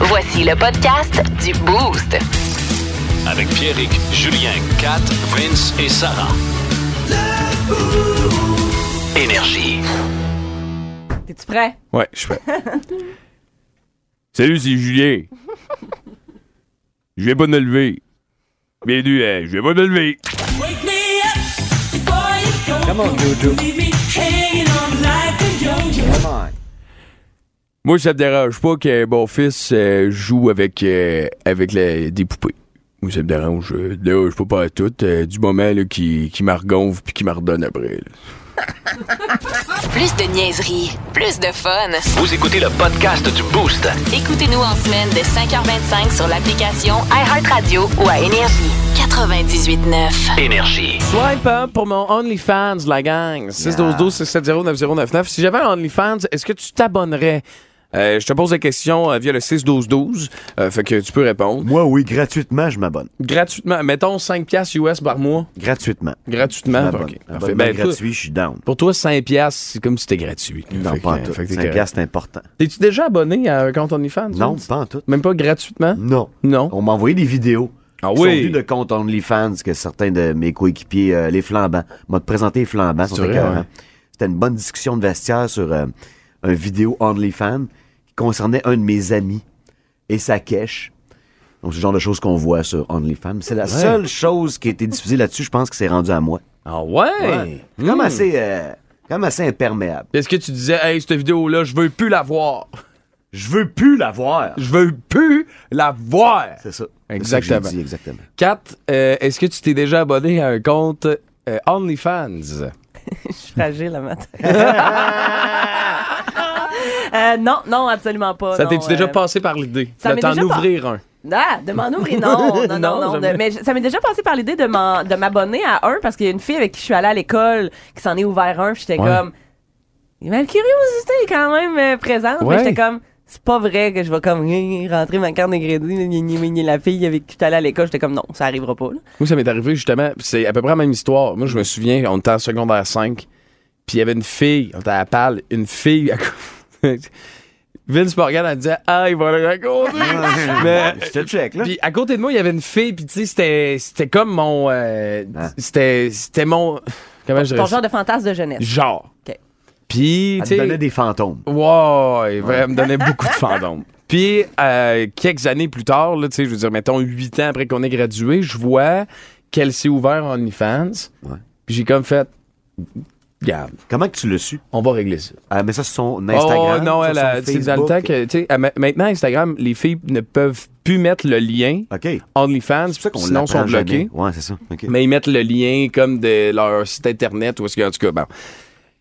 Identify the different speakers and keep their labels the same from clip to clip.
Speaker 1: Voici le podcast du Boost.
Speaker 2: Avec Pierrick, Julien, Kat, Vince et Sarah. Énergie.
Speaker 3: T'es-tu prêt?
Speaker 4: Ouais, je fais. Salut, c'est Julien. Je viens pas de me lever. Bienvenue, hein, je viens pas de me lever.
Speaker 5: Come on, Come on.
Speaker 4: Moi, ça me dérange pas que mon fils euh, joue avec, euh, avec la- des poupées. Moi, ça me dérange. euh, Là, je peux pas à tout. euh, du moment là, qui, qui m'argonve puis qui m'ardonne après. là.
Speaker 1: Plus de niaiserie, plus de fun.
Speaker 2: Vous écoutez le podcast du Boost.
Speaker 1: Écoutez-nous en semaine de 5h25 sur l'application iHeartRadio ou à Énergie. 98.9.
Speaker 2: Énergie.
Speaker 6: Swipe up pour mon OnlyFans, la gang. 612-12-670-9099. Si j'avais un OnlyFans, est-ce que tu t'abonnerais? Euh, je te pose la question euh, via le 6-12-12. Euh, fait que tu peux répondre.
Speaker 7: Moi, oui, gratuitement, je m'abonne.
Speaker 6: Gratuitement, mettons 5$ piastres US par mois.
Speaker 7: Gratuitement. Je
Speaker 6: Gratuitement.
Speaker 7: m'abonne.
Speaker 6: Ok, parfait.
Speaker 7: Abonnement
Speaker 6: Ben, toi-
Speaker 7: gratuit, je suis down.
Speaker 6: pour toi, 5$, piastres, c'est comme si c'était gratuit.
Speaker 7: Non,
Speaker 6: Fait
Speaker 7: pas en
Speaker 6: que- euh,
Speaker 7: tout.
Speaker 6: fait que t'es
Speaker 7: 5
Speaker 6: correct.
Speaker 7: c'est important.
Speaker 6: T'es-tu déjà abonné à un compte OnlyFans?
Speaker 7: Non,
Speaker 6: Vince?
Speaker 7: pas en tout.
Speaker 6: Même pas gratuitement?
Speaker 7: Non.
Speaker 6: Non.
Speaker 7: On m'a envoyé des vidéos.
Speaker 6: Ah
Speaker 7: qui sont venues de compte OnlyFans que certains de mes coéquipiers, euh, les flambants, m'ont présenté les flambants. sont
Speaker 6: vrai,
Speaker 7: écœurants.
Speaker 6: ouais.
Speaker 7: C'était une bonne discussion de vestiaire sur euh, un vidéo OnlyFans qui concernait un de mes amis et sa cache. Donc, c'est le genre de choses qu'on voit sur OnlyFans. C'est la seule chose qui a été diffusée là-dessus, je pense, que c'est rendu à moi.
Speaker 6: Ah ouais? Hmm.
Speaker 7: C'est Comme assez, euh, comme assez imperméable.
Speaker 6: Est-ce que tu disais, hey, cette vidéo-là, je veux plus la voir?
Speaker 7: Je veux plus la voir.
Speaker 6: Je veux plus la voir!
Speaker 7: C'est ça.
Speaker 6: Exactement.
Speaker 7: C'est ça que j'ai dit, exactement.
Speaker 6: 4. Est-ce que tu t'es déjà abonné à un compte euh, OnlyFans?
Speaker 3: Je suis fragile le matin. Euh, non, non, absolument pas.
Speaker 6: Ça
Speaker 3: non,
Speaker 6: t'es-tu déjà
Speaker 3: euh,
Speaker 6: passé par l'idée
Speaker 3: ça
Speaker 6: de
Speaker 3: m'est
Speaker 6: t'en
Speaker 3: déjà pas-
Speaker 6: ouvrir un?
Speaker 3: Ah, de m'en ouvrir, non, non, non,
Speaker 6: Non,
Speaker 3: non. de-
Speaker 6: jamais.
Speaker 3: mais je- ça m'est déjà passé par l'idée de m'en- de m'abonner à un parce qu'il y a une fille avec qui je suis allée à l'école qui s'en est ouvert un, puis j'étais
Speaker 6: Ouais.
Speaker 3: comme, ma curiosité est quand même euh, présente,
Speaker 6: Ouais.
Speaker 3: mais j'étais comme, c'est pas vrai que je vais comme euh, rentrer ma carte d'ingrédients, gna, gna, gna, gna, la fille avec qui je suis allée à l'école, j'étais comme non, ça arrivera pas. là.
Speaker 6: Moi, ça m'est arrivé justement, pis c'est à peu près la même histoire. Moi, je me souviens, on était en secondaire 5, puis il y avait une fille, on était à la Pâle, une fille. à- Vince me regarde, elle disait, ah, il va le raconter! Mais-
Speaker 7: Je te le check, là.
Speaker 6: Puis à côté de moi, il y avait une fille, puis tu sais, c'était- c'était comme mon. euh,
Speaker 7: Ah.
Speaker 6: C'était c'était mon. Comment Euh, je dirais
Speaker 3: Ton
Speaker 6: ça?
Speaker 3: genre de fantasme de jeunesse.
Speaker 6: Genre.
Speaker 3: Ok.
Speaker 6: Puis,
Speaker 7: Elle
Speaker 6: tu
Speaker 7: me
Speaker 6: sais.
Speaker 7: donnait des fantômes.
Speaker 6: Wow, ouais, vrai, elle me donnait beaucoup de fandom. Puis, euh, quelques années plus tard, là, tu sais, je veux dire, mettons, huit ans après qu'on ait gradué, je vois qu'elle s'est ouverte en OnlyFans.
Speaker 7: Ouais.
Speaker 6: Puis j'ai comme fait, regarde,
Speaker 7: Comment que tu le su?
Speaker 6: on va régler ça.
Speaker 7: Ah, mais ça, c'est son Instagram.
Speaker 6: oh non,
Speaker 7: ça,
Speaker 6: elle
Speaker 7: son
Speaker 6: a, c'est dans le
Speaker 7: Facebook.
Speaker 6: temps que, tu sais, à ma- maintenant, Instagram, les filles ne peuvent plus mettre le lien
Speaker 7: OK. C'est
Speaker 6: OnlyFans,
Speaker 7: pour ça qu'on
Speaker 6: sinon sont
Speaker 7: l'apprend jamais.
Speaker 6: bloqués.
Speaker 7: Ouais, c'est ça. OK.
Speaker 6: Mais ils mettent le lien comme de leur site internet ou est-ce que, en tout cas, bon.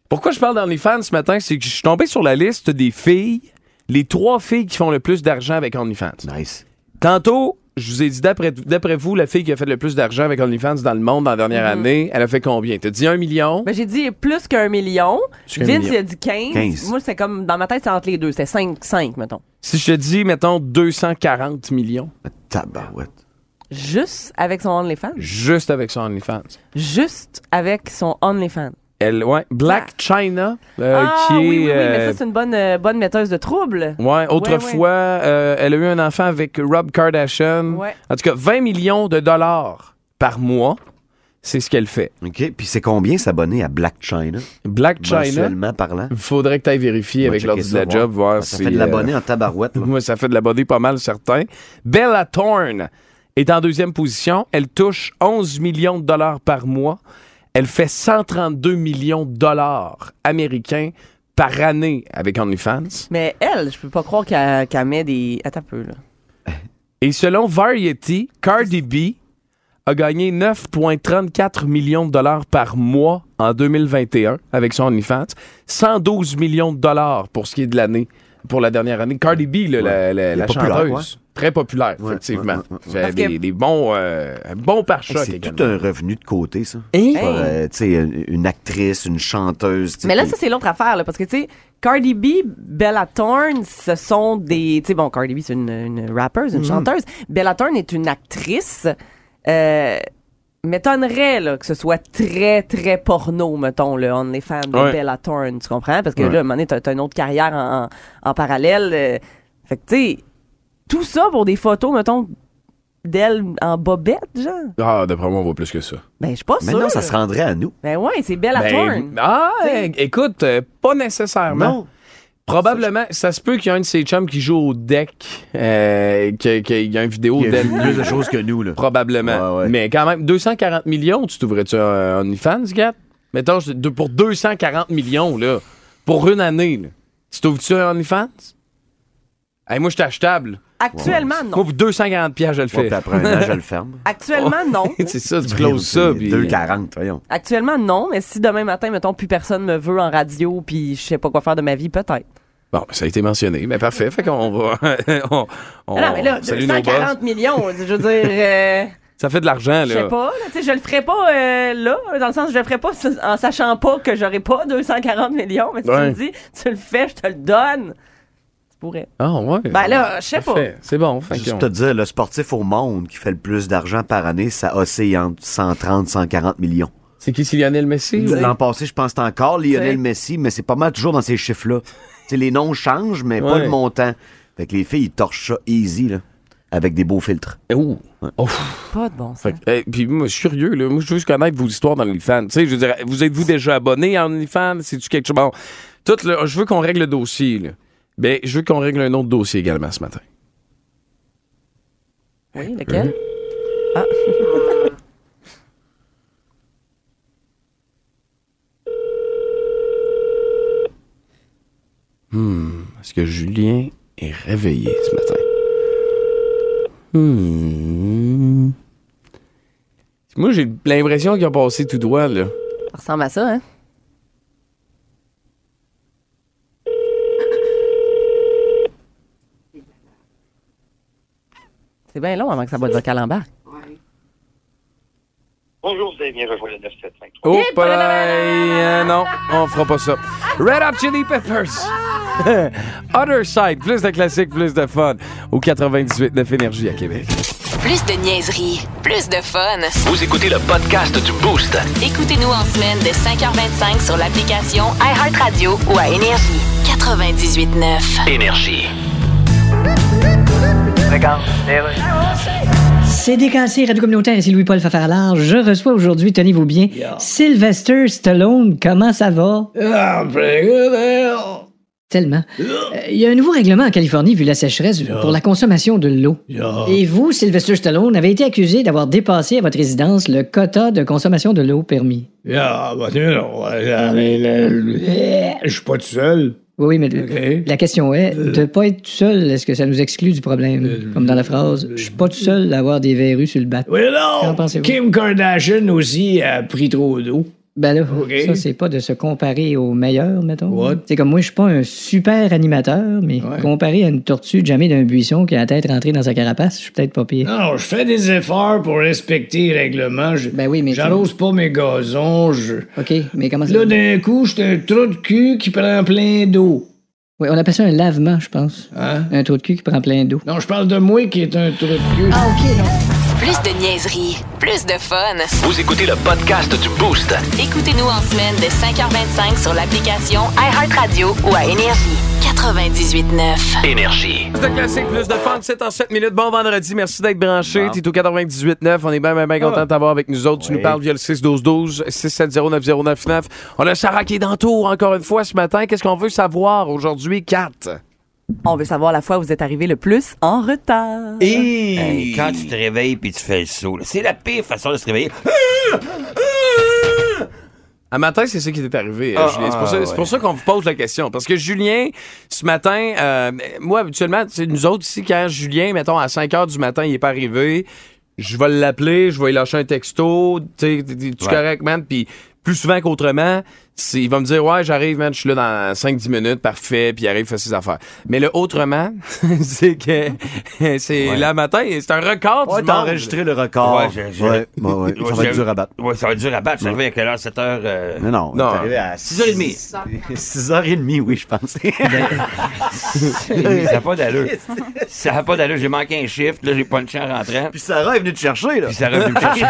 Speaker 6: Pourquoi je parle dans les fans ce matin, c'est que je suis tombé sur la liste des filles, les trois filles qui font le plus d'argent avec OnlyFans.
Speaker 7: Nice.
Speaker 6: Tantôt, je vous ai dit, d'après, d'après vous, la fille qui a fait le plus d'argent avec OnlyFans dans le monde dans la dernière
Speaker 3: Mm-hmm.
Speaker 6: année, elle a fait combien? T'as dit un million?
Speaker 3: Ben, j'ai dit plus qu'un million.
Speaker 6: Plus qu'un
Speaker 3: Vince,
Speaker 6: million.
Speaker 3: il a dit 15.
Speaker 7: 15.
Speaker 3: Moi, c'est comme, dans ma tête, c'est entre les deux. C'était 5, 5, mettons.
Speaker 6: Si je te dis, mettons, 240 millions,
Speaker 7: Tabarouette.
Speaker 3: Juste avec son OnlyFans.
Speaker 6: juste avec son OnlyFans.
Speaker 3: Juste avec son OnlyFans.
Speaker 6: Elle, ouais, Black China, euh,
Speaker 3: ah,
Speaker 6: qui est...
Speaker 3: oui, oui, oui,
Speaker 6: euh,
Speaker 3: mais ça, c'est une bonne, euh, bonne metteuse de troubles.
Speaker 6: Ouais, autrefois, euh, elle a eu un enfant avec Rob Kardashian.
Speaker 3: Ouais.
Speaker 6: En tout cas, 20 millions de dollars par mois, c'est ce qu'elle fait.
Speaker 7: OK. Puis c'est combien s'abonner à Black China?
Speaker 6: Black China,
Speaker 7: Mensuellement parlant.
Speaker 6: il faudrait que tu ailles vérifier
Speaker 7: On va
Speaker 6: avec
Speaker 7: checker
Speaker 6: l'ordi de
Speaker 7: ça,
Speaker 6: la job, voir
Speaker 7: Ça
Speaker 6: si,
Speaker 7: fait de
Speaker 6: euh,
Speaker 7: l'abonné en tabarouette, là.
Speaker 6: ouais, ça fait de l'abonné pas mal, certain. Bella Thorne est en deuxième position. Elle touche 11 millions de dollars par mois. Elle fait 132 millions de dollars américains par année avec OnlyFans.
Speaker 3: Mais elle, je peux pas croire qu'elle qu'elle met des. Attends un peu, là.
Speaker 6: Et selon Variety, Cardi B a gagné 9,34 millions de dollars par mois en 2021 avec son OnlyFans. 112 millions de dollars pour ce qui est de l'année, pour la dernière année. Cardi B, là, la, la-
Speaker 7: Elle est
Speaker 6: la
Speaker 7: populaire,
Speaker 6: chanteuse,
Speaker 7: ouais.
Speaker 6: très populaire,
Speaker 7: Ouais,
Speaker 6: effectivement.
Speaker 7: ouais, ouais, ouais.
Speaker 6: Fait
Speaker 3: Parce
Speaker 6: des,
Speaker 3: que-
Speaker 6: des bons, euh, un bon
Speaker 7: Hey,
Speaker 6: pare-choc.
Speaker 7: c'est tout
Speaker 6: également.
Speaker 7: un revenu de côté, ça.
Speaker 6: Hein?
Speaker 7: Pour, euh, tu sais, une une actrice, une chanteuse. tu sais,
Speaker 3: Mais là,
Speaker 7: qui-
Speaker 3: ça, c'est l'autre affaire, là, parce que, tu sais, Cardi B, Bella Thorne, ce sont des. Tu sais, bon, Cardi B, c'est une, une rappeuse,
Speaker 6: Mhm.
Speaker 3: une chanteuse. Bella Thorne est une actrice. Euh, M'étonnerait là, que ce soit très, très porno, mettons, le OnlyFans de
Speaker 6: Ouais.
Speaker 3: Bella Thorne, tu comprends? Parce que
Speaker 6: Ouais.
Speaker 3: là, à un moment donné, t'as t'as une autre carrière en, en- en parallèle. euh, fait que, tu sais, Tout ça pour des photos, mettons, d'elle en bobette, genre.
Speaker 6: Ah, d'après moi, on voit plus que ça.
Speaker 3: Ben, je suis pas
Speaker 7: Maintenant,
Speaker 3: sûre.
Speaker 7: ça se rendrait à nous.
Speaker 3: Ben ouais, c'est Bella
Speaker 6: Ben,
Speaker 3: Thorne.
Speaker 6: ah,
Speaker 3: T'sais.
Speaker 6: é- écoute, euh, pas nécessairement.
Speaker 7: Non.
Speaker 6: Probablement, ça se peut qu'il y ait un de ses chums qui joue au deck, euh, qu'il qu'il y a une vidéo
Speaker 7: Il y a
Speaker 6: d'elle.
Speaker 7: plus de choses que nous, là.
Speaker 6: Probablement.
Speaker 7: Ouais, ouais.
Speaker 6: Mais quand même, 240 millions, tu t'ouvrais-tu un OnlyFans, Gat? Mettons, je- de- pour 240 millions, là, pour une année, là, tu t'ouvres-tu un OnlyFans? Hey, moi, je suis achetable.
Speaker 3: Actuellement,
Speaker 6: Moi,
Speaker 3: Ah, non.
Speaker 6: pour 240 piastres, je le
Speaker 7: Ouais, puis
Speaker 6: fais.
Speaker 7: après un an, je le ferme.
Speaker 3: Actuellement, non.
Speaker 6: C'est ça, tu closes ça. puis-
Speaker 7: 2,40, voyons.
Speaker 3: Actuellement, non, mais si demain matin, mettons, plus personne me veut en radio, puis je sais pas quoi faire de ma vie, peut-être.
Speaker 6: Bon, ben, ça a été mentionné. Mais parfait. Fait qu'on va. on, on-
Speaker 3: Ah non, mais là,
Speaker 6: salue Oh, nos boss.
Speaker 3: 240 millions, je veux dire, euh,
Speaker 6: Ça fait de l'argent,
Speaker 3: je sais
Speaker 6: là.
Speaker 3: pas, là, tu sais, je le ferais pas euh, là, dans le sens, je le ferais pas en sachant pas que j'aurais pas 240 millions, mais si
Speaker 6: Ouais.
Speaker 3: tu me dis, tu le fais, je te le donne, tu pourrais.
Speaker 6: Ah, ouais.
Speaker 3: Ben là, je sais pas.
Speaker 6: Parfait. C'est bon. Fait
Speaker 7: Juste
Speaker 6: qu'on-
Speaker 7: te dire, le sportif au monde qui fait le plus d'argent par année, ça oscille entre 130 140 millions.
Speaker 6: C'est qui, c'est Lionel Messi? ou-
Speaker 7: L'an passé, je pense que c'était encore
Speaker 3: C'est-
Speaker 7: Lionel Messi, mais c'est pas mal toujours dans ces chiffres-là. Tu sais, les noms changent, mais pas
Speaker 6: Ouais.
Speaker 7: le montant. Fait que les filles, ils torchent ça easy, là, avec des beaux filtres.
Speaker 6: Ouh. Ouf.
Speaker 3: Pas de bon sens.
Speaker 6: Fait que, eh, puis moi, je suis curieux, là. Moi, je veux juste connaître vos histoires dans OnlyFans. Tu sais, je veux dire, vous êtes-vous déjà abonné à OnlyFans? C'est-tu quelque chose? Bon, tout le, je veux qu'on règle le dossier, là. Ben, je veux qu'on règle un autre dossier également ce matin.
Speaker 3: Oui, lequel? Ah.
Speaker 6: Est-ce que Julien est réveillé ce matin? Hmm. Moi, j'ai l'impression qu'il a passé tout droit, là.
Speaker 3: Ça ressemble à ça, hein? C'est bien long avant que ça boîte vocale en bas.
Speaker 8: Bonjour, vous avez bien rejoint le 975.
Speaker 6: Oh, pas là, euh, non, on fera pas ça. Red Hot Chili Peppers. Other Side, plus de classiques, plus de fun. Au 98 9 Énergie à Québec.
Speaker 1: Plus de niaiserie, plus de fun.
Speaker 2: Vous écoutez le podcast du Boost.
Speaker 1: Écoutez-nous en semaine de 5h25 sur l'application iHeartRadio ou à Énergie. 98.9.
Speaker 2: Énergie.
Speaker 9: C'est Décassé, Radio Communautaire, c'est Louis-Paul Fafarlard. Je reçois aujourd'hui, tenez-vous bien, Sylvester Stallone. Comment ça va? Tellement. Euh, Il y a un nouveau règlement en Californie, vu la sécheresse, pour la consommation de l'eau. Et vous, Sylvester Stallone, avez été accusé d'avoir dépassé à votre résidence le quota de consommation de l'eau permis.
Speaker 10: uh, Je suis pas tout seul.
Speaker 9: Oui, oui, mais le-
Speaker 10: Ok.
Speaker 9: la question est, de pas être tout seul, est-ce que ça nous exclut du problème? Comme dans la phrase, je suis pas tout seul à avoir des verrues sur le bat.
Speaker 10: Oui,
Speaker 9: Qu'en
Speaker 10: non!
Speaker 9: pensez-vous?
Speaker 10: Kim Kardashian aussi a pris trop d'eau.
Speaker 9: Ben là,
Speaker 10: Ok.
Speaker 9: ça, c'est pas de se comparer au meilleur, mettons.
Speaker 10: What?
Speaker 9: C'est comme moi, je suis pas un super animateur, mais
Speaker 10: Ouais.
Speaker 9: comparé à une tortue jamais d'un buisson qui a la tête rentrée dans sa carapace, je suis peut-être pas pire.
Speaker 10: Non, non, je fais des efforts pour respecter les règlements. Je-
Speaker 9: Ben oui, mais-
Speaker 10: J'arrose pas mes gazons. Je...
Speaker 9: OK, mais comment ça...
Speaker 10: Là, d'un coup, j'étais un trou de cul qui prend plein d'eau.
Speaker 9: Oui, on appelle ça un lavement, je pense.
Speaker 10: Hein?
Speaker 9: Un trou de cul qui prend plein d'eau.
Speaker 10: Non, je parle de moi qui est un trou de
Speaker 9: Ah,
Speaker 10: cul.
Speaker 1: Plus de niaiserie, plus de fun.
Speaker 2: Vous écoutez le podcast du Boost.
Speaker 1: Écoutez-nous en semaine de 5h25 sur l'application iHeartRadio ou à Énergie. 98.9.
Speaker 2: Énergie.
Speaker 6: Plus de classiques, plus de fun, 7 en 7 minutes. Bon vendredi, merci d'être branché. Tito 98 9 on est bien, bien, bien content de t'avoir avec nous autres. Tu nous parles via le 6-12-12, 670-9099. On a Sarah qui est dans le tour encore une fois ce matin. Qu'est-ce qu'on veut savoir aujourd'hui, Kat?
Speaker 3: On veut savoir la fois où vous êtes arrivé le plus en retard.
Speaker 8: Hey, quand tu te réveilles puis tu fais le saut, là, c'est la pire façon de se réveiller.
Speaker 6: À matin, c'est ça qui est arrivé, euh,
Speaker 8: Ah,
Speaker 6: Julien. C'est pour ça, c'est pour ça qu'on vous pose la question. Parce que Julien, ce matin, euh, moi, habituellement, c'est nous autres ici, quand Julien, mettons, à 5 h du matin, il est pas arrivé, je vais l'appeler, je vais lui lâcher un texto, tu sais, t'es- t'es- tu
Speaker 8: Ouais.
Speaker 6: correct, man, puis plus souvent qu'autrement, c'est- il va me dire, ouais, j'arrive, man, je suis là dans 5-10 minutes, parfait, puis il arrive, fait ses affaires. Mais le autrement, c'est que c'est là matin, c'est un record
Speaker 7: Ouais,
Speaker 6: du
Speaker 7: t'as
Speaker 6: monde.
Speaker 7: enregistré le record.
Speaker 8: Ouais, je- je-
Speaker 7: Ouais, ouais, ouais. Ça va
Speaker 8: Je-
Speaker 7: être dur à battre.
Speaker 8: Ouais, ça va être dur à battre. Je suis arrivé à quelle heure? 7 heures? euh,
Speaker 7: Non, non.
Speaker 6: Non.
Speaker 7: t'es arrivé à 6h30. 6h30, oui, je pense.
Speaker 6: Ben,
Speaker 8: Ça n'a pas d'allure. ça n'a pas d'allure. J'ai manqué un shift. Là, j'ai punché en rentrant.
Speaker 7: Puis Sarah est venue te chercher, là.
Speaker 8: Puis ça revenu me chercher.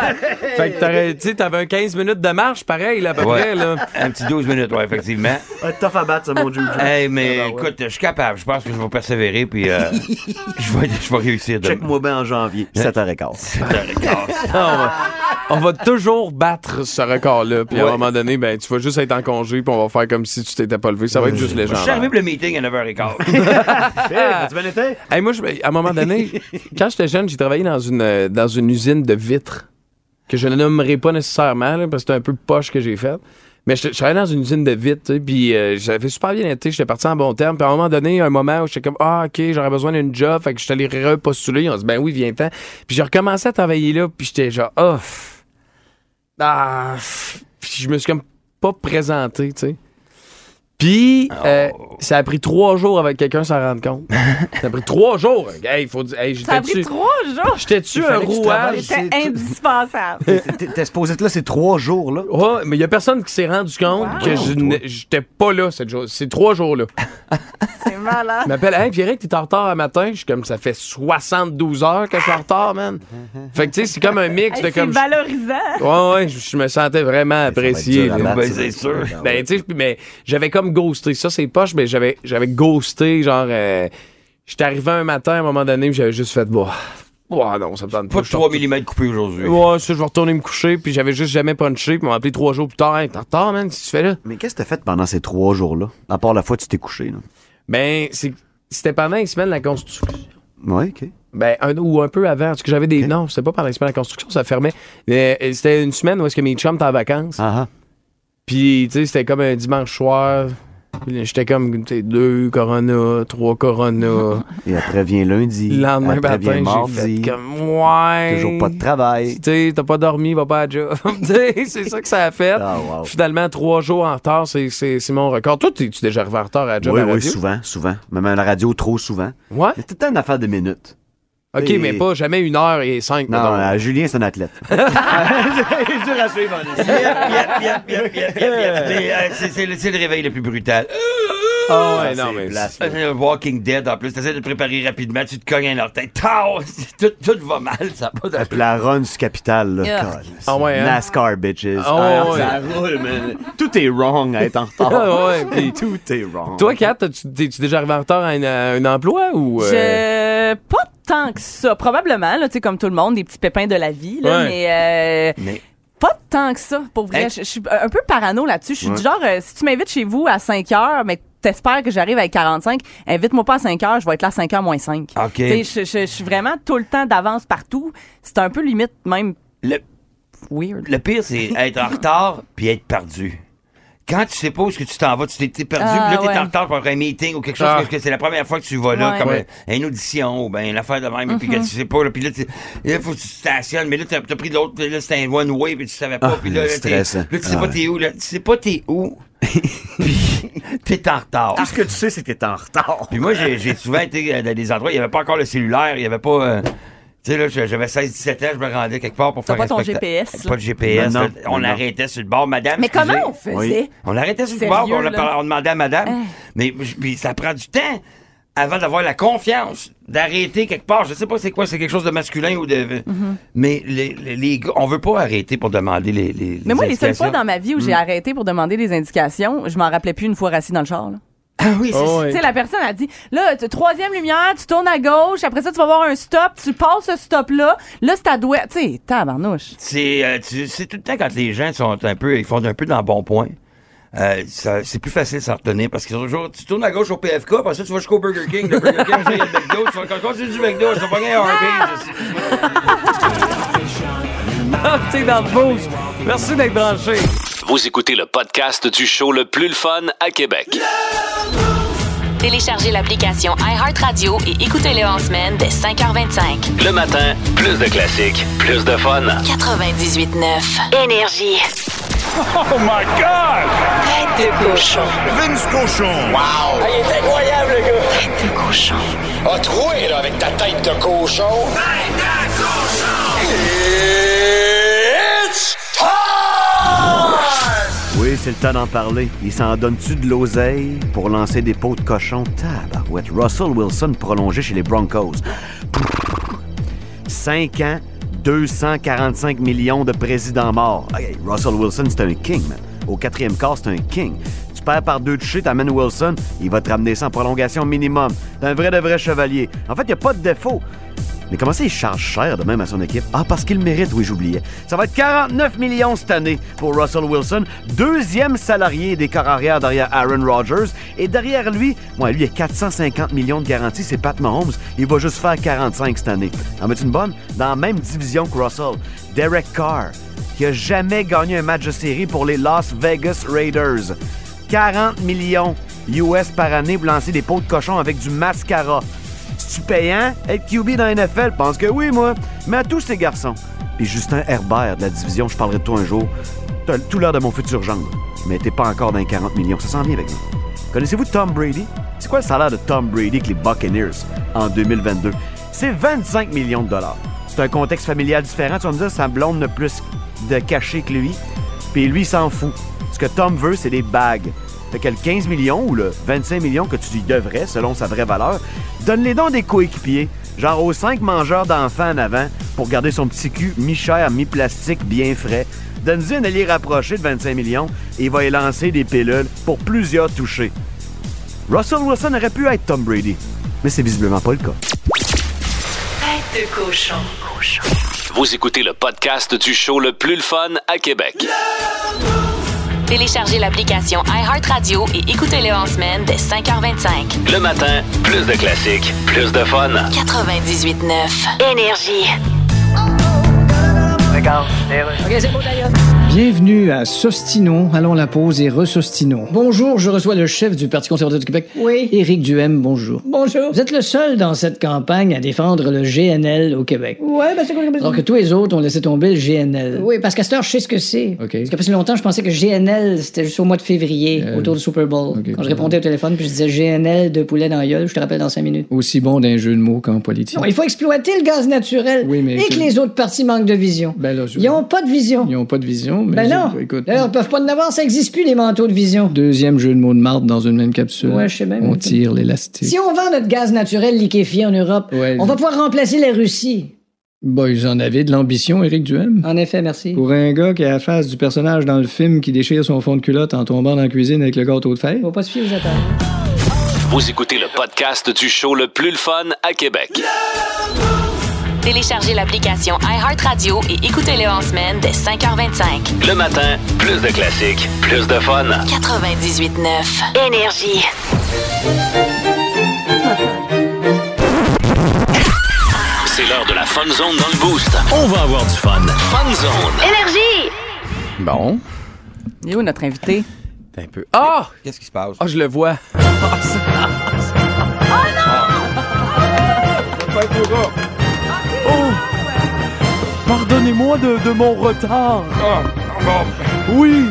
Speaker 6: Fait que t'aurais- tu sais, t'avais un 15 minutes de marche, pareil, là, à peu
Speaker 8: Ouais.
Speaker 6: près, là.
Speaker 8: Un petit 12 minutes, ouais, effectivement.
Speaker 7: Ah,
Speaker 11: Un tough à battre, ça, mon Juju.
Speaker 6: Euh,
Speaker 8: Hey, mais
Speaker 7: ben
Speaker 11: Ah, bah, ouais.
Speaker 8: écoute, je suis capable. Je pense que je vais persévérer, puis euh, je, vais, je vais réussir. demain.
Speaker 7: Check-moi bien en janvier, 7h15.
Speaker 8: 7h15.
Speaker 6: on, va, on va toujours battre ce record-là. Puis à un
Speaker 8: Ouais.
Speaker 6: moment donné, ben, tu vas juste être en congé, puis on va faire comme si tu t'étais pas levé. Ça va être juste
Speaker 8: Je suis
Speaker 6: légendaire.
Speaker 8: arrivé pour le meeting à 9h15.
Speaker 6: Hey, moi, je- à un moment donné, quand j'étais jeune, j'ai travaillé dans une, euh, dans une usine de vitres que je ne nommerai pas nécessairement là, parce que c'était un peu poche que j'ai faite. Mais je je travaillais dans une usine de vitres, tu sais, puis euh, j'avais super bien été, j'étais parti en bon terme. Puis à un moment donné, un moment où j'étais comme Ah, OK, j'aurais besoin d'une job, fait que je suis allé repostuler. On se dit Ben oui, viens-t'en. Puis j'ai recommencé à travailler là, puis j'étais genre Ah, pff. ah pff. Puis je me suis comme pas présenté, tu sais. Puis, euh, ça a pris trois jours avant que quelqu'un s'en rende compte. ça a pris trois jours. Hey, faut dire. Hey,
Speaker 3: Ça a pris
Speaker 6: j'étais-tu-
Speaker 3: trois jours.
Speaker 6: J'étais-tu un rouage?
Speaker 3: C'était indispensable.
Speaker 6: Euh, T'es supposé être là ces trois jours-là. Ouais, mais il y a personne qui s'est rendu compte que je n'ai- j'étais pas là cette jour- ces trois jours-là.
Speaker 3: C'est malade.
Speaker 6: Il m'appelle, hey, Pierrick, t'es en retard un matin. Je suis comme, ça fait 72 heures que je suis en retard, man. Fait que, tu sais, c'est comme un mix
Speaker 3: Hey,
Speaker 6: de
Speaker 3: C'est
Speaker 6: comme.
Speaker 3: valorisant.
Speaker 6: Ouais, ouais, je je me sentais vraiment apprécié.
Speaker 8: dur à
Speaker 6: là.
Speaker 8: battre, Ben, c'est c'est sûr. sûr.
Speaker 6: Ben, tu sais, puis, mais j'avais comme ghosté. Ça, c'est poche, mais j'avais, j'avais ghosté, genre, euh, j'étais arrivé un matin, à un moment donné, puis j'avais juste fait, bah, bah non, ça me tente pas.
Speaker 8: Pas de 3 mm coupé aujourd'hui.
Speaker 6: Ouais, ça, je vais retourner me coucher, puis j'avais juste jamais punché, puis ils m'ont appelé trois jours plus tard, hey, t'es en retard, man, qu'est-ce que tu fais là?
Speaker 7: Mais qu'est-ce que t'as fait pendant ces trois jours-là? À part la fois que tu t'es couché, là.
Speaker 6: Ben, c'est, c'était pendant une semaine de la construction.
Speaker 7: Ouais, OK.
Speaker 6: Ben, un, ou un peu avant, parce que j'avais des. Non, c'était pas pendant la semaine de la construction, ça fermait. Mais, euh, c'était une semaine où est-ce que mes chums étaient en vacances.
Speaker 7: Ah.
Speaker 6: Puis, tu sais, c'était comme un dimanche soir. Puis là, J'étais comme, tu sais, deux Corona, trois Corona.
Speaker 7: Et après vient lundi.
Speaker 6: Le lendemain
Speaker 7: après vient
Speaker 6: matin, j'ai
Speaker 7: mardi.
Speaker 6: fait comme, ouais.
Speaker 7: Toujours pas de travail.
Speaker 6: Tu sais, t'as pas dormi, va pas à la job. Tu sais, c'est ça que ça a fait.
Speaker 7: Ah,
Speaker 6: Finalement, trois jours en retard, c'est- c'est c'est mon record. Toi, t'es- tu es déjà arrivé en retard à la job
Speaker 7: oui,
Speaker 6: à la
Speaker 7: oui,
Speaker 6: radio?
Speaker 7: souvent, souvent. Même à la radio, trop souvent.
Speaker 6: Ouais.
Speaker 7: C'est tout le temps une affaire de minutes.
Speaker 6: OK,
Speaker 7: Et-
Speaker 6: mais pas jamais une heure et cinq.
Speaker 7: Non,
Speaker 6: mettons.
Speaker 7: euh, Julien, c'est un athlète.
Speaker 11: C'est dur à suivre, en effet.
Speaker 8: Mais, euh, c'est- C'est le c'est le réveil le plus brutal.
Speaker 6: Ah ouais, non, mais.
Speaker 8: C'est le Walking Dead en plus. T'essaies de te préparer rapidement, tu te cognes un orteil. Tao! Tout, tout va mal, ça a pas d'allure.
Speaker 7: Puis la run sur Capital, là.
Speaker 8: Yeah.
Speaker 7: God,
Speaker 6: Ah ouais, hein?
Speaker 7: NASCAR, bitches.
Speaker 6: Ah ouais, ouais.
Speaker 7: Ça roule, man. Tout est wrong à être en retard.
Speaker 6: Ah ouais, puis-
Speaker 7: Tout est wrong.
Speaker 6: Toi, Kat, t'as-tu- t'es-tu déjà arrivé en retard à, une- à un emploi ou. euh,
Speaker 3: Je... Pas tant que ça. Probablement, là, tu sais, comme tout le monde, des petits pépins de la vie, là,
Speaker 6: Ouais.
Speaker 3: mais... euh,
Speaker 8: Mais-
Speaker 3: Pas tant que ça, pour vrai.
Speaker 8: Hey.
Speaker 3: Je je suis un peu parano là-dessus. Je suis
Speaker 8: Ouais.
Speaker 3: du genre, euh, si tu m'invites chez vous à 5 heures, mais t'espères que j'arrive à 45, invite-moi pas à 5 heures, je vais être là à 5 heures moins 5.
Speaker 8: OK.
Speaker 3: Je je- je suis vraiment tout le temps d'avance partout. C'est un peu limite même
Speaker 8: Le,
Speaker 3: weird.
Speaker 8: le pire, c'est être en retard puis être perdu. Quand tu sais pas où est-ce que tu t'en vas, tu t'es- t'es perdu,
Speaker 3: Ah,
Speaker 8: puis là, t'es
Speaker 3: ouais.
Speaker 8: en retard pour un meeting ou quelque chose,
Speaker 6: Ah.
Speaker 8: parce que c'est la première fois que tu vas là,
Speaker 6: Ouais.
Speaker 8: comme
Speaker 6: Ouais.
Speaker 8: un- une audition, ou ben, une affaire de même, puis que
Speaker 6: Mhm.
Speaker 8: tu sais pas, là, puis là, tu- là, faut que tu te stationnes, mais là, t'as t'as pris de l'autre, puis là, c'était un one-way, puis tu savais pas,
Speaker 7: Ah,
Speaker 8: puis là,
Speaker 7: le
Speaker 8: là, t'es-
Speaker 7: stress, hein.
Speaker 8: là, tu sais
Speaker 7: Ah,
Speaker 8: pas
Speaker 7: ouais.
Speaker 8: t'es où, là, tu sais pas t'es où, puis t'es en retard.
Speaker 7: Tout ce que tu sais, c'est que t'es en retard.
Speaker 8: Puis moi, j'ai j'ai souvent été euh, dans des endroits, il n'y avait pas encore le cellulaire, il n'y avait pas. euh, tu sais, là, j'avais 16-17 ans, je me rendais quelque part pour
Speaker 3: T'as
Speaker 8: faire
Speaker 3: pas
Speaker 8: un
Speaker 3: ton
Speaker 8: spectacle.
Speaker 3: GPS, là.
Speaker 8: Pas de GPS.
Speaker 7: Non, non,
Speaker 8: là. on
Speaker 7: non.
Speaker 8: arrêtait sur le bord, madame.
Speaker 3: Mais comment on
Speaker 8: excusez.
Speaker 3: faisait? Oui.
Speaker 8: On arrêtait sur le
Speaker 3: Sérieux,
Speaker 8: bord, on,
Speaker 3: là? Hein?
Speaker 8: parlait- on demandait à madame. Mais j- puis ça prend du temps avant d'avoir la confiance d'arrêter quelque part. Je sais pas c'est quoi, c'est quelque chose de masculin ou de.
Speaker 3: Mm-hmm.
Speaker 8: Mais les, les, les gars, on veut pas arrêter pour demander les. les
Speaker 3: Mais moi, les seules
Speaker 8: indications.
Speaker 3: fois dans ma vie où j'ai
Speaker 8: Mm.
Speaker 3: arrêté pour demander des indications, je m'en rappelais plus une fois assis dans le char. là.
Speaker 8: Ah oui,
Speaker 6: c'est- Oh, ouais.
Speaker 3: Tu sais, la personne a dit, là, tu- troisième lumière, tu tournes à gauche, après ça, tu vas voir un stop, tu passes ce stop-là, là, c'est à doigt. Tu sais, tabarnouche.
Speaker 8: C'est euh, tu- c'est tout le temps quand les gens sont un peu, ils font un peu dans le bon point. euh, ça- c'est plus facile de s'en retenir parce que toujours, tu tournes à gauche au PFK, après ça, tu vas jusqu'au Burger King. Le Burger King, ça, il y a le McDo. Tu vas quand tu du McDo, ça va pas gagner un Arby's.
Speaker 6: Ah, t'es dans le boost. Merci d'être branché.
Speaker 2: Vous écoutez le podcast du show le plus le fun à Québec.
Speaker 1: Téléchargez l'application iHeartRadio et écoutez-le en semaine dès 5h25.
Speaker 2: Le matin, plus de classiques, plus de fun.
Speaker 1: 98.9 Énergie.
Speaker 2: Oh my God!
Speaker 1: Tête de cochon.
Speaker 12: Vince cochon. Wow! il est incroyable, le gars! Tête de cochon. A troué, là, avec ta tête de cochon. Tête de cochon! It's
Speaker 7: Oui, c'est le temps d'en parler. Il s'en donne-tu de l'oseille pour lancer des pots de cochon? Tabarouette. Russell Wilson prolongé chez les Broncos. 5 ans, 245 millions de présidents morts. Hey, hey, Russell Wilson, c'est un king, man. Au quatrième quart, c'est un king. Tu perds par deux touchés, t'amènes Wilson, il va te ramener sans prolongation minimum. T'es un vrai de vrai chevalier. En fait, il a pas de défaut. Mais comment ça, il charge cher de même à son équipe? Ah, parce qu'il le mérite, oui, j'oubliais. Ça va être 49 millions cette année pour Russell Wilson, deuxième salarié des corps arrière derrière Aaron Rodgers. Et derrière lui, moi, lui, il y a 450 millions de garanties, c'est Pat Mahomes. Il va juste faire 45 cette année. En mets une bonne? Dans la même division que Russell, Derek Carr, qui a jamais gagné un match de série pour les Las Vegas Raiders. 40 millions US par année pour lancer des pots de cochon avec du mascara. C'est-tu payant être QB dans la NFL? Pense que oui, moi. Mais à tous ces garçons. Puis Justin Herbert de la division, je parlerai de toi un jour. T'as tout l'heure de mon futur gendre. Mais t'es pas encore dans les 40 millions. Ça s'en vient avec nous. Connaissez-vous Tom Brady? C'est quoi le salaire de Tom Brady avec les Buccaneers en 2022? C'est 25 millions de dollars. C'est un contexte familial différent. Tu vas me dire, sa blonde n'a plus de cachet que lui. Puis lui, il s'en fout. Ce que Tom veut, c'est des bagues. Fait que le 15 millions ou le 25 millions que tu lui devrais, selon sa vraie valeur, donne-les donc à des coéquipiers, genre aux cinq mangeurs d'enfants en avant, pour garder son petit cul mi-cher, mi-plastique, bien frais. Donne-lui un allié rapproché de 25 millions et il va y lancer des pilules pour plusieurs touchés. Russell Wilson aurait pu être Tom Brady, mais c'est visiblement pas le cas.
Speaker 1: Tête de cochon.
Speaker 2: Vous écoutez le podcast du show le plus le fun à Québec.
Speaker 1: Téléchargez l'application iHeartRadio et écoutez-le en semaine dès 5h25.
Speaker 2: Le matin, plus de classiques, plus de fun.
Speaker 1: 98.9 Énergie.
Speaker 13: Bienvenue à Sostino. Allons à la pause et re-Sostino. Bonjour, je reçois le chef du Parti conservateur du Québec. Oui. Éric Duhem, bonjour. Bonjour. Vous êtes le seul dans cette campagne à défendre le GNL au Québec.
Speaker 9: Ouais, ben c'est quoi
Speaker 13: Alors que tous les autres ont laissé tomber le GNL.
Speaker 9: Oui, parce qu'à cette heure, je sais ce que c'est.
Speaker 13: OK. Euh,
Speaker 9: Parce que plus longtemps, je pensais que GNL, c'était juste au mois de février, autour du Super Bowl. Quand je répondais au téléphone, puis je disais GNL de poulet dans la gueule, je te rappelle dans cinq minutes.
Speaker 10: Aussi bon d'un jeu de mots qu'en politique.
Speaker 9: Non, il faut exploiter le gaz naturel
Speaker 10: Oui, mais
Speaker 9: et que
Speaker 10: tu-
Speaker 9: les autres partis manquent de vision.
Speaker 10: Ben là, je-
Speaker 9: Ils n'ont pas de vision.
Speaker 10: Ils n'ont pas de vision, mais
Speaker 9: Ben
Speaker 10: je-
Speaker 9: non.
Speaker 10: écoute.
Speaker 9: D'ailleurs, ils peuvent pas en avoir, ça n'existe plus, les manteaux de vision.
Speaker 10: Deuxième jeu de mots de marde dans une même capsule.
Speaker 9: Ouais, je sais bien,
Speaker 10: Euh, On
Speaker 9: mais-
Speaker 10: tire l'élastique.
Speaker 9: Si on vend notre gaz naturel liquéfié en Europe,
Speaker 10: Ouais.
Speaker 9: on va pouvoir remplacer la Russie.
Speaker 10: Bah, ils en avaient de l'ambition, Éric Duhem.
Speaker 9: En effet, merci.
Speaker 10: Pour un gars qui a la face du personnage dans le film qui déchire son fond de culotte en tombant dans la cuisine avec le gâteau de fête.
Speaker 9: Faut pas se fier aux attaques.
Speaker 2: Vous écoutez le podcast du show le plus le fun à Québec.
Speaker 1: Téléchargez l'application iHeartRadio et écoutez-le en semaine dès 5h25.
Speaker 2: Le matin, plus de classiques, plus de fun.
Speaker 1: 98.9 Énergie.
Speaker 2: C'est l'heure de la fun zone dans le boost. On va avoir du fun. Fun zone.
Speaker 1: Énergie!
Speaker 6: Bon.
Speaker 3: Il est où notre invité?
Speaker 6: Un peu. Ah! Qu'est-ce qui se passe? Ah, je le vois. Oh! Pardonnez-moi de, de mon retard. Oui.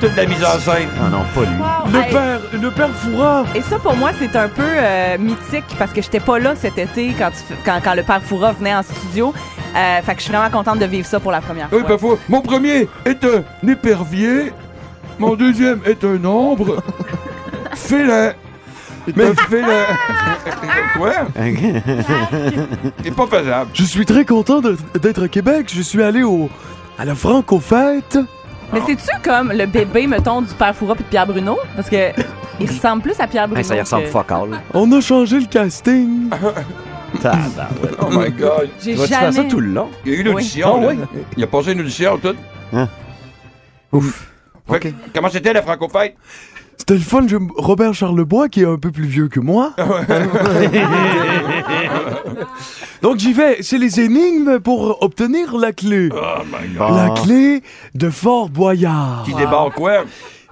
Speaker 8: Toute Ah, la mise en scène.
Speaker 7: Ah non, pas lui.
Speaker 3: Le
Speaker 6: père, le père Foura.
Speaker 3: Et ça, pour moi, c'est un peu euh, mythique parce que j'étais pas là cet été quand, tu- quand, quand le père Foura venait en studio. Euh, fait que je suis vraiment contente de vivre ça pour la première
Speaker 11: Oui,
Speaker 3: fois.
Speaker 11: parfois. Mon premier est un épervier. Mon deuxième est un ombre. Félin. Mais félin. Quoi? C'est pas faisable.
Speaker 6: Je suis très content de- d'être à Québec. Je suis allé au à la Franco-Fête.
Speaker 3: Mais c'est-tu comme le bébé, mettons, du père Foura puis de Pierre Bruno? Parce que il ressemble plus à Pierre Bruno. que-
Speaker 7: focal.
Speaker 6: On a changé le casting.
Speaker 8: Oh my God.
Speaker 3: J'ai Vas-tu faire ça jamais- tout le
Speaker 7: long?
Speaker 8: Il y a eu une
Speaker 3: Oui.
Speaker 8: audition.
Speaker 3: Ah
Speaker 8: là.
Speaker 3: oui?
Speaker 8: Il a passé une audition, tout.
Speaker 6: Hein.
Speaker 7: Ouf.
Speaker 8: Comment c'était la franco-fête?
Speaker 6: C'était le fun. j'aime Robert Charlebois, qui est un peu plus vieux que moi. Donc j'y vais. C'est les énigmes pour obtenir la clé. La clé de Fort Boyard.
Speaker 8: Qui débarque quoi?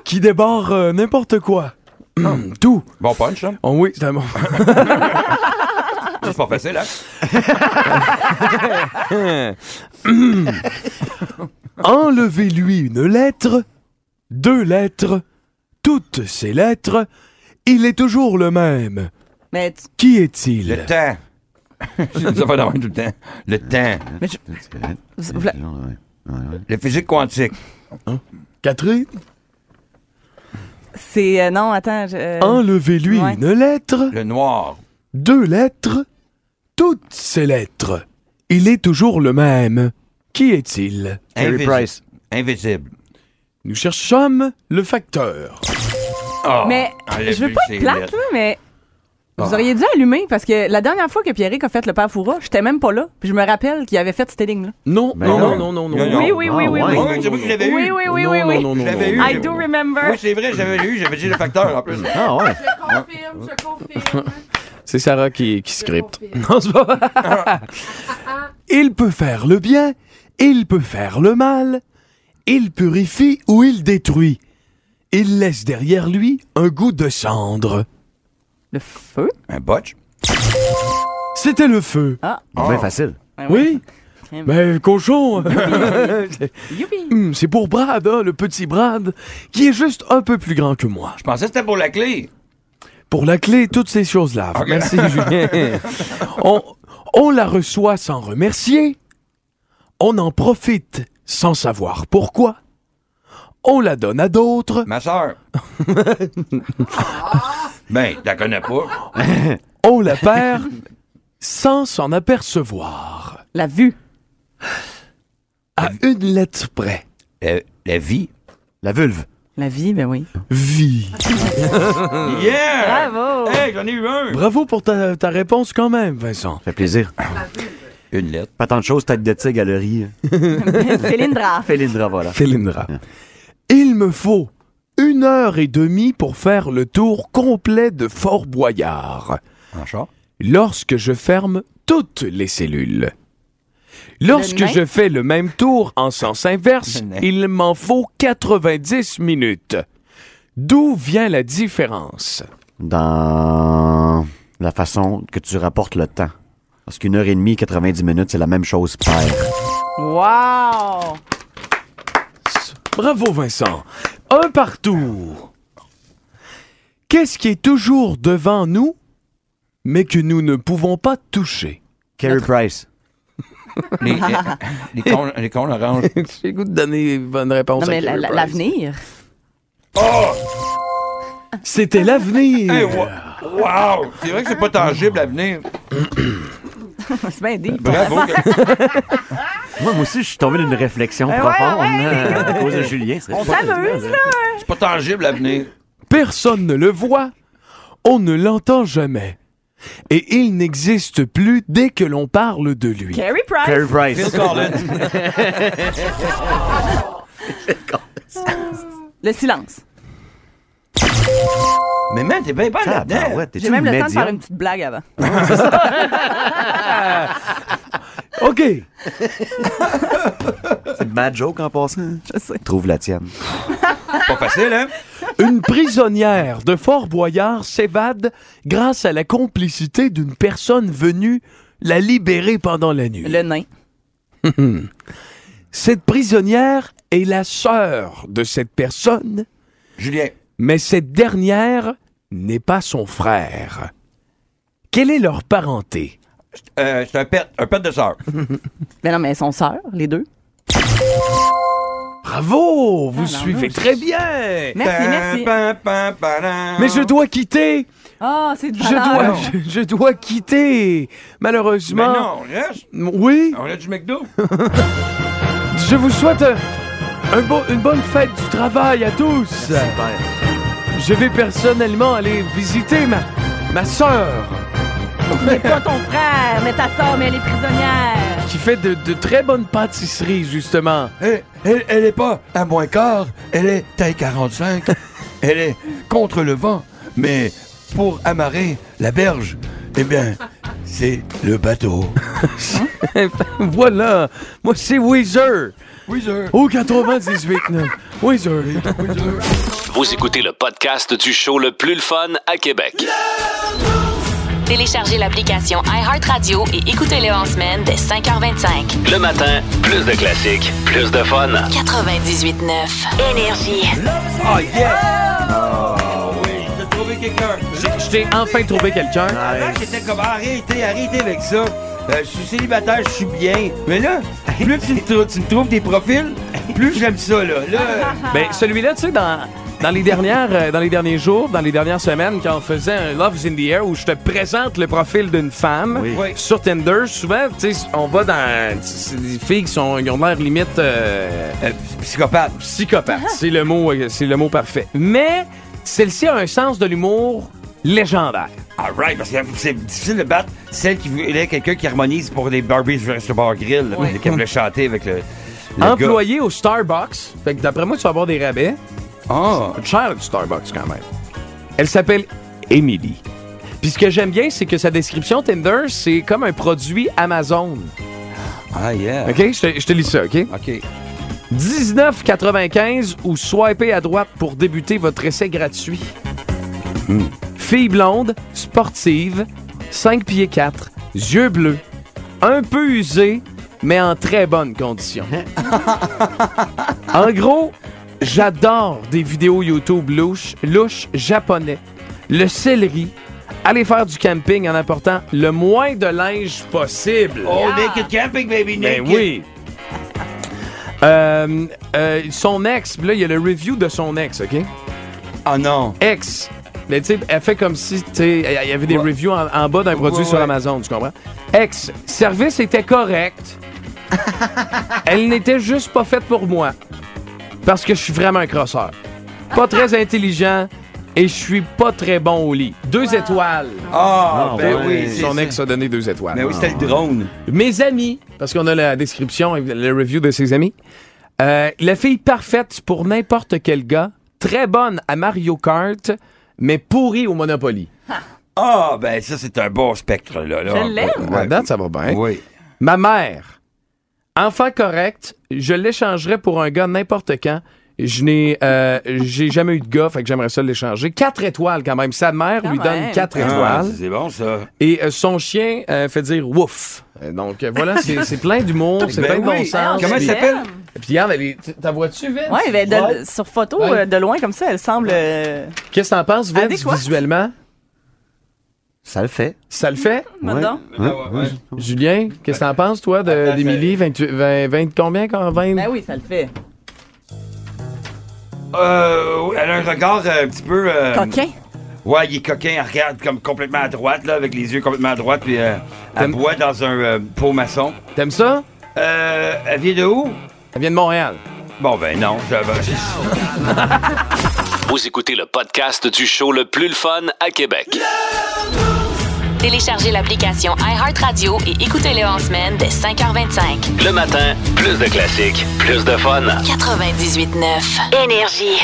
Speaker 6: Qui débarre euh, n'importe quoi. Hum, Tout.
Speaker 8: Bon punch, hein?
Speaker 6: Oh oui, c'est un bon.
Speaker 8: C'est pas facile, hein?
Speaker 6: Hum. Enlevez-lui une lettre, deux lettres, toutes ces lettres, il est toujours le même.
Speaker 3: Mais tu-
Speaker 6: Qui est-il?
Speaker 8: Le temps. Ça fait dans tout le temps. Le temps.
Speaker 3: Vous
Speaker 7: Ben,
Speaker 3: la-
Speaker 8: Le physique quantique.
Speaker 6: Catherine?
Speaker 3: C'est. euh, non, attends. je- euh,
Speaker 6: Enlevez-lui
Speaker 3: ouais.
Speaker 6: une lettre,
Speaker 8: Le noir.
Speaker 6: deux lettres, toutes ces lettres, il est toujours le même. Qui est-il?
Speaker 8: Invisible. Invisible.
Speaker 11: Nous cherchons le facteur.
Speaker 3: Ah.
Speaker 8: Ah.
Speaker 3: mais je veux pas être plate, là, mais vous
Speaker 11: Ah.
Speaker 3: auriez dû allumer parce que la dernière fois que Pierrick a fait le père Foura, j'étais même pas là. Puis je me rappelle qu'il avait fait cette ligne-là.
Speaker 11: Non,
Speaker 3: Ben
Speaker 11: non,
Speaker 3: non.
Speaker 11: non, non, non,
Speaker 3: Oui,
Speaker 11: non.
Speaker 3: oui, oui, oui, oui, oui.
Speaker 8: c'est moi qui l'avais eu.
Speaker 3: Oui, oui, oui,
Speaker 8: Non,
Speaker 3: oui,
Speaker 8: non,
Speaker 3: oui.
Speaker 8: non, non,
Speaker 3: Je l'avais
Speaker 8: non.
Speaker 3: eu. I do remember.
Speaker 8: Oui, c'est vrai, j'avais eu, j'avais dit le facteur en plus.
Speaker 7: Ah ouais.
Speaker 11: C'est Sarah qui, qui scripte. Non, c'est pas vrai. Il peut faire le bien, il peut faire le mal, il purifie ou il détruit. Il laisse derrière lui un goût de cendre.
Speaker 3: Le feu?
Speaker 8: Un botch?
Speaker 11: C'était le feu.
Speaker 3: Ah.
Speaker 7: Ah. Ben, facile.
Speaker 11: Oui. Ben, cochon. Hum, C'est pour Brad, hein, le petit Brad, qui est juste un peu plus grand que moi.
Speaker 8: Je pensais que c'était pour la clé.
Speaker 11: Pour la clé, toutes ces choses-là.
Speaker 8: Ok.
Speaker 11: Merci, Julien. on, on la reçoit sans remercier. On en profite sans savoir pourquoi. On la donne à d'autres.
Speaker 8: Ma soeur. Ben, t'en connais pas.
Speaker 11: on la perd sans s'en apercevoir.
Speaker 3: La vue.
Speaker 11: À une lettre près.
Speaker 8: La, vie.
Speaker 7: La vulve.
Speaker 3: La vie, ben oui.
Speaker 11: Vie.
Speaker 8: Yeah!
Speaker 3: Ah. Bravo!
Speaker 8: Hey, j'en ai eu un!
Speaker 11: Bravo pour ta, ta réponse quand même, Vincent.
Speaker 7: Ça fait plaisir.
Speaker 8: Une lettre.
Speaker 7: Pas tant de choses, tête de tigre à le riz.
Speaker 3: Félindra.
Speaker 7: Félindra, voilà.
Speaker 11: Félindra. Il me faut une heure et demie pour faire le tour complet de Fort Boyard. Lorsque je ferme toutes les cellules. Lorsque
Speaker 2: nain?
Speaker 11: je fais le même tour en sens inverse,
Speaker 2: Le nain.
Speaker 11: il m'en faut 90 minutes. D'où vient la différence?
Speaker 7: Dans la façon que tu rapportes le temps. Parce qu'une heure et demie, 90 minutes, c'est la même chose paire.
Speaker 3: Wow!
Speaker 11: Bravo, Vincent. Un partout. Qu'est-ce qui est toujours devant nous, mais que nous ne pouvons pas toucher?
Speaker 7: Carey Price.
Speaker 8: Les, les, les cons- les cons oranges.
Speaker 11: J'ai goût de donner une bonne réponse
Speaker 3: Non, mais la-
Speaker 11: Carey
Speaker 3: la-
Speaker 11: Price.
Speaker 3: l'avenir.
Speaker 11: C'était
Speaker 3: Oh,
Speaker 11: l'avenir.
Speaker 8: Ah, Hey, wa- wow! C'est vrai que c'est pas tangible l'avenir.
Speaker 3: c'est bien dit.
Speaker 8: Bravo!
Speaker 7: Moi, moi aussi, je suis tombé d'une réflexion
Speaker 3: Eh ouais,
Speaker 7: profonde
Speaker 3: ouais,
Speaker 7: hein,
Speaker 3: les
Speaker 7: à
Speaker 3: gars.
Speaker 7: cause de Julien. C'est
Speaker 3: On
Speaker 7: pas-
Speaker 3: s'amuse, là!
Speaker 8: C'est pas tangible l'avenir.
Speaker 11: Personne ne le voit. On ne l'entend jamais. Et il n'existe plus dès que l'on parle de lui.
Speaker 3: Carey Price. Carey Price. Phil Le silence.
Speaker 8: Mais man, t'es bien bonne là-dedans.
Speaker 3: J'ai même le temps de faire une petite blague avant.
Speaker 11: OK.
Speaker 7: C'est une mad joke en passant.
Speaker 3: Je sais.
Speaker 7: Trouve la tienne.
Speaker 8: Pas facile, hein?
Speaker 11: Une prisonnière de Fort Boyard s'évade grâce à la complicité d'une personne venue la libérer pendant la nuit.
Speaker 3: Le nain.
Speaker 11: Cette prisonnière est la sœur de cette personne.
Speaker 8: Julien.
Speaker 11: Mais cette dernière n'est pas son frère. Quelle est leur parenté?
Speaker 8: Euh, c'est un pet, un pet de sœur.
Speaker 3: Mais Ben non, mais elles sont sœurs, les deux.
Speaker 11: Ah, Bravo! Vous suivez très bien!
Speaker 8: Ben,
Speaker 3: Merci, merci.
Speaker 11: Mais je dois quitter!
Speaker 3: Ah, c'est de
Speaker 11: Je dois, je, je dois quitter!
Speaker 8: Mais
Speaker 11: Malheureusement.
Speaker 8: Ben non, reste.
Speaker 11: Oui?
Speaker 8: On a du McDo.
Speaker 11: Je vous souhaite un- un bon- une bonne fête du travail à tous! Je vais personnellement aller visiter ma, ma sœur
Speaker 3: N'oublie pas ton frère, mais ta soeur, mais elle est prisonnière.
Speaker 11: qui fait de, de très bonnes pâtisseries, justement.
Speaker 8: Elle, elle, elle est pas à moins quart, elle est taille 45. elle est contre le vent, mais pour amarrer la berge, eh bien, c'est le bateau.
Speaker 11: voilà! Moi, c'est Weezer!
Speaker 8: Weezer!
Speaker 11: Au 98, non. Weezer!
Speaker 2: Vous écoutez le podcast du show le plus le fun à Québec.
Speaker 1: Téléchargez l'application iHeartRadio et écoutez-le en semaine dès 5h25.
Speaker 2: Le matin, plus de classiques, plus de fun.
Speaker 1: 98.9 Énergie.
Speaker 8: Oh yeah! Oh oui, j'ai trouvé quelqu'un.
Speaker 11: Je t'ai enfin trouvé quelqu'un.
Speaker 8: Avant, j'étais comme arrêtez, arrêtez avec ça. Euh, je suis célibataire, je suis bien. Mais là, plus tu me, trou- tu me trouves des profils, plus j'aime ça, là. là
Speaker 11: Ben, celui-là, tu sais, dans,
Speaker 6: dans les dernières, euh, dans les derniers jours, dans les dernières semaines, quand on faisait un Love's in the Air où je te présente le profil d'une femme
Speaker 8: Oui.
Speaker 6: sur Tinder, souvent, tu sais, on va dans c'est des filles qui sont, qui ont l'air limite
Speaker 8: euh,
Speaker 6: psychopathe. Psychopathe, c'est le mot, euh, c'est le mot parfait. Mais celle-ci a un sens de l'humour légendaire.
Speaker 8: All right, parce que c'est difficile de battre celle qui voulait quelqu'un qui harmonise pour les Barbies Restaurant Bar Grill,
Speaker 6: Ouais.
Speaker 8: qui voulait chanter avec le. le
Speaker 6: Employé au Starbucks. Fait que d'après moi, tu vas avoir des rabais. Ah! Cher du Starbucks quand même. Elle s'appelle Emily. Puis ce que j'aime bien, c'est que sa description Tinder, c'est comme un produit Amazon. Ah, yeah. OK? Je te, je te lis ça, OK? OK. 19,95 ou swipez à droite pour débuter votre essai gratuit. Fille blonde, sportive, 5 pieds 4, yeux bleus, un peu usée, mais en très bonne condition. en gros, j'adore des vidéos YouTube louches, louches japonais, le céleri, aller faire du camping en apportant le moins de linge possible.
Speaker 8: gars. Oh, naked camping, baby,
Speaker 6: Ben
Speaker 8: naked.
Speaker 6: oui. Euh, euh, son ex, puis là, il y a le review de son ex, OK? Ah non. Ex. Mais tu sais, elle fait comme si, tu sais, il y avait des reviews en, en bas d'un produit
Speaker 8: Ouais,
Speaker 6: sur
Speaker 8: ouais.
Speaker 6: Amazon, tu comprends? Ex. Service était correct. elle n'était juste pas faite pour moi. Parce que je suis vraiment un crosseur. Pas très intelligent et je suis pas très bon au lit. Deux étoiles.
Speaker 8: Ah, ben oui, c'est
Speaker 6: Son
Speaker 8: ça.
Speaker 6: ex Ah. a donné deux étoiles.
Speaker 8: Ben oui, c'était le drone.
Speaker 6: Mes amis, parce qu'on a la description et le review de ses amis. Euh, la fille parfaite pour n'importe quel gars, très bonne à Mario Kart, mais pourrie au Monopoly.
Speaker 8: Ah, ben ça, c'est un bon spectre, là. là.
Speaker 6: Je l'aime. À date, ça va bien.
Speaker 8: Oui.
Speaker 6: Ma mère, enfant correct, je l'échangerais pour un gars n'importe quand. Je n'ai euh, j'ai jamais eu de gars, fait que j'aimerais ça l'échanger. Quatre étoiles quand même. Sa mère lui donne quatre
Speaker 8: Ah,
Speaker 6: étoiles.
Speaker 8: C'est bon, ça.
Speaker 6: Et euh, son chien euh, fait dire wouf. Euh, Donc euh, voilà, c'est c'est plein d'humour, c'est
Speaker 8: Ben
Speaker 6: plein de bon
Speaker 8: oui.
Speaker 6: sens.
Speaker 8: Comment elle
Speaker 6: Puis-
Speaker 8: s'appelle?
Speaker 6: Puis regarde, elle est- ta voix-tu, Vince?
Speaker 3: Ouais, ben, de-
Speaker 6: Ouais.
Speaker 3: sur photo,
Speaker 6: Ouais.
Speaker 3: euh, de loin comme ça, elle semble. euh,
Speaker 6: Qu'est-ce que t'en penses, Vince,
Speaker 3: Adéquat.
Speaker 6: visuellement?
Speaker 7: Ça le fait.
Speaker 6: Ça le fait?
Speaker 3: Ouais. Madame?
Speaker 8: Ah,
Speaker 6: Julien, qu'est-ce que t'en penses, toi, de- d'Émilie? 28 20, 20 combien, quand 20?
Speaker 3: Ben oui, ça le fait.
Speaker 8: Euh, oui, elle a un regard euh, un petit peu. euh,
Speaker 3: Coquin.
Speaker 8: Ouais, il est coquin, elle regarde comme complètement à droite, là, avec les yeux complètement à droite, puis euh, elle boit dans un euh, pot maçon.
Speaker 6: T'aimes ça?
Speaker 8: Euh, elle vient de où?
Speaker 6: Elle vient de Montréal.
Speaker 8: Bon, ben non, ça va.
Speaker 2: Vous écoutez le podcast du show le plus le fun à Québec.
Speaker 1: Téléchargez l'application iHeartRadio et écoutez-le en semaine dès 5h25.
Speaker 2: Le matin, plus de classiques, plus de fun.
Speaker 1: 98.9 Énergie.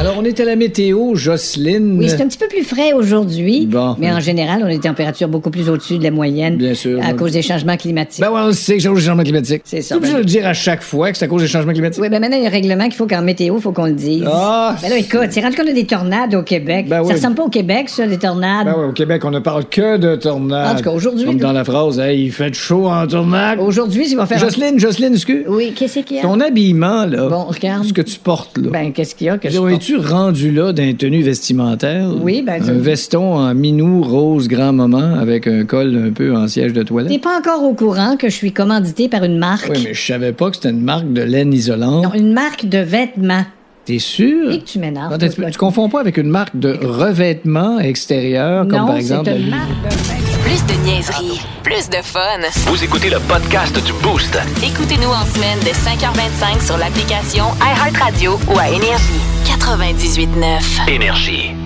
Speaker 10: Alors, on est à la météo, Jocelyne.
Speaker 9: Oui, c'est un petit peu plus frais aujourd'hui,
Speaker 10: Bon.
Speaker 9: mais en général, on a des températures beaucoup plus au-dessus de la moyenne
Speaker 10: Bien sûr.
Speaker 9: à cause des changements climatiques.
Speaker 10: Ben ouais, on le sait que c'est à cause des changements climatiques.
Speaker 9: C'est ça,
Speaker 10: Tu obligé
Speaker 9: ben-
Speaker 10: de le dire à chaque fois que c'est à cause des changements climatiques.
Speaker 9: Oui, ben maintenant, il y a un règlement qu'il faut qu'en météo, il faut qu'on le dise.
Speaker 10: Ah!
Speaker 9: ben là, écoute, c'est rendu qu'on a des tornades au Québec.
Speaker 10: Ben oui.
Speaker 9: Ça ressemble pas au Québec, ça, des tornades.
Speaker 10: Ben ouais, au Québec, on ne parle que de tornades.
Speaker 9: En tout cas, aujourd'hui,
Speaker 10: Comme
Speaker 9: nous-
Speaker 10: dans la phrase, hey, il fait chaud en tornade.
Speaker 9: Aujourd'hui, ils vont faire...
Speaker 10: Jocelyne, Jocelyne, excuse.
Speaker 9: Oui, qu'est-ce qu'il y a?
Speaker 10: Ton habillement, là.
Speaker 9: Bon, regarde.
Speaker 10: Ce que tu portes, là.
Speaker 9: Ben, qu'est-ce qu'il y a que
Speaker 10: Je
Speaker 9: je
Speaker 10: veux dire,
Speaker 9: porte?
Speaker 10: Es-tu rendu là d'un tenue vestimentaire?
Speaker 9: Oui, ben,
Speaker 10: Un
Speaker 9: tu-
Speaker 10: veston en minou rose grand maman avec un col un peu en siège de toilette.
Speaker 9: T'es pas encore au courant que je suis commandité par une marque.
Speaker 10: Oui, mais je savais pas que c'était une marque de laine isolante.
Speaker 9: Non, une marque de vêtements.
Speaker 10: T'es sûr?
Speaker 9: Et que tu m'énerves.
Speaker 10: Attends, tu, tu confonds pas avec une marque de revêtement extérieur, comme
Speaker 9: Non,
Speaker 10: par
Speaker 9: c'est
Speaker 10: exemple.
Speaker 9: une
Speaker 10: la-
Speaker 1: Plus de niaiserie, plus de fun.
Speaker 2: Vous écoutez le podcast du Boost.
Speaker 1: Écoutez-nous en semaine de 5h25 sur l'application iHeartRadio ou à Énergie. 98.9
Speaker 2: Énergie.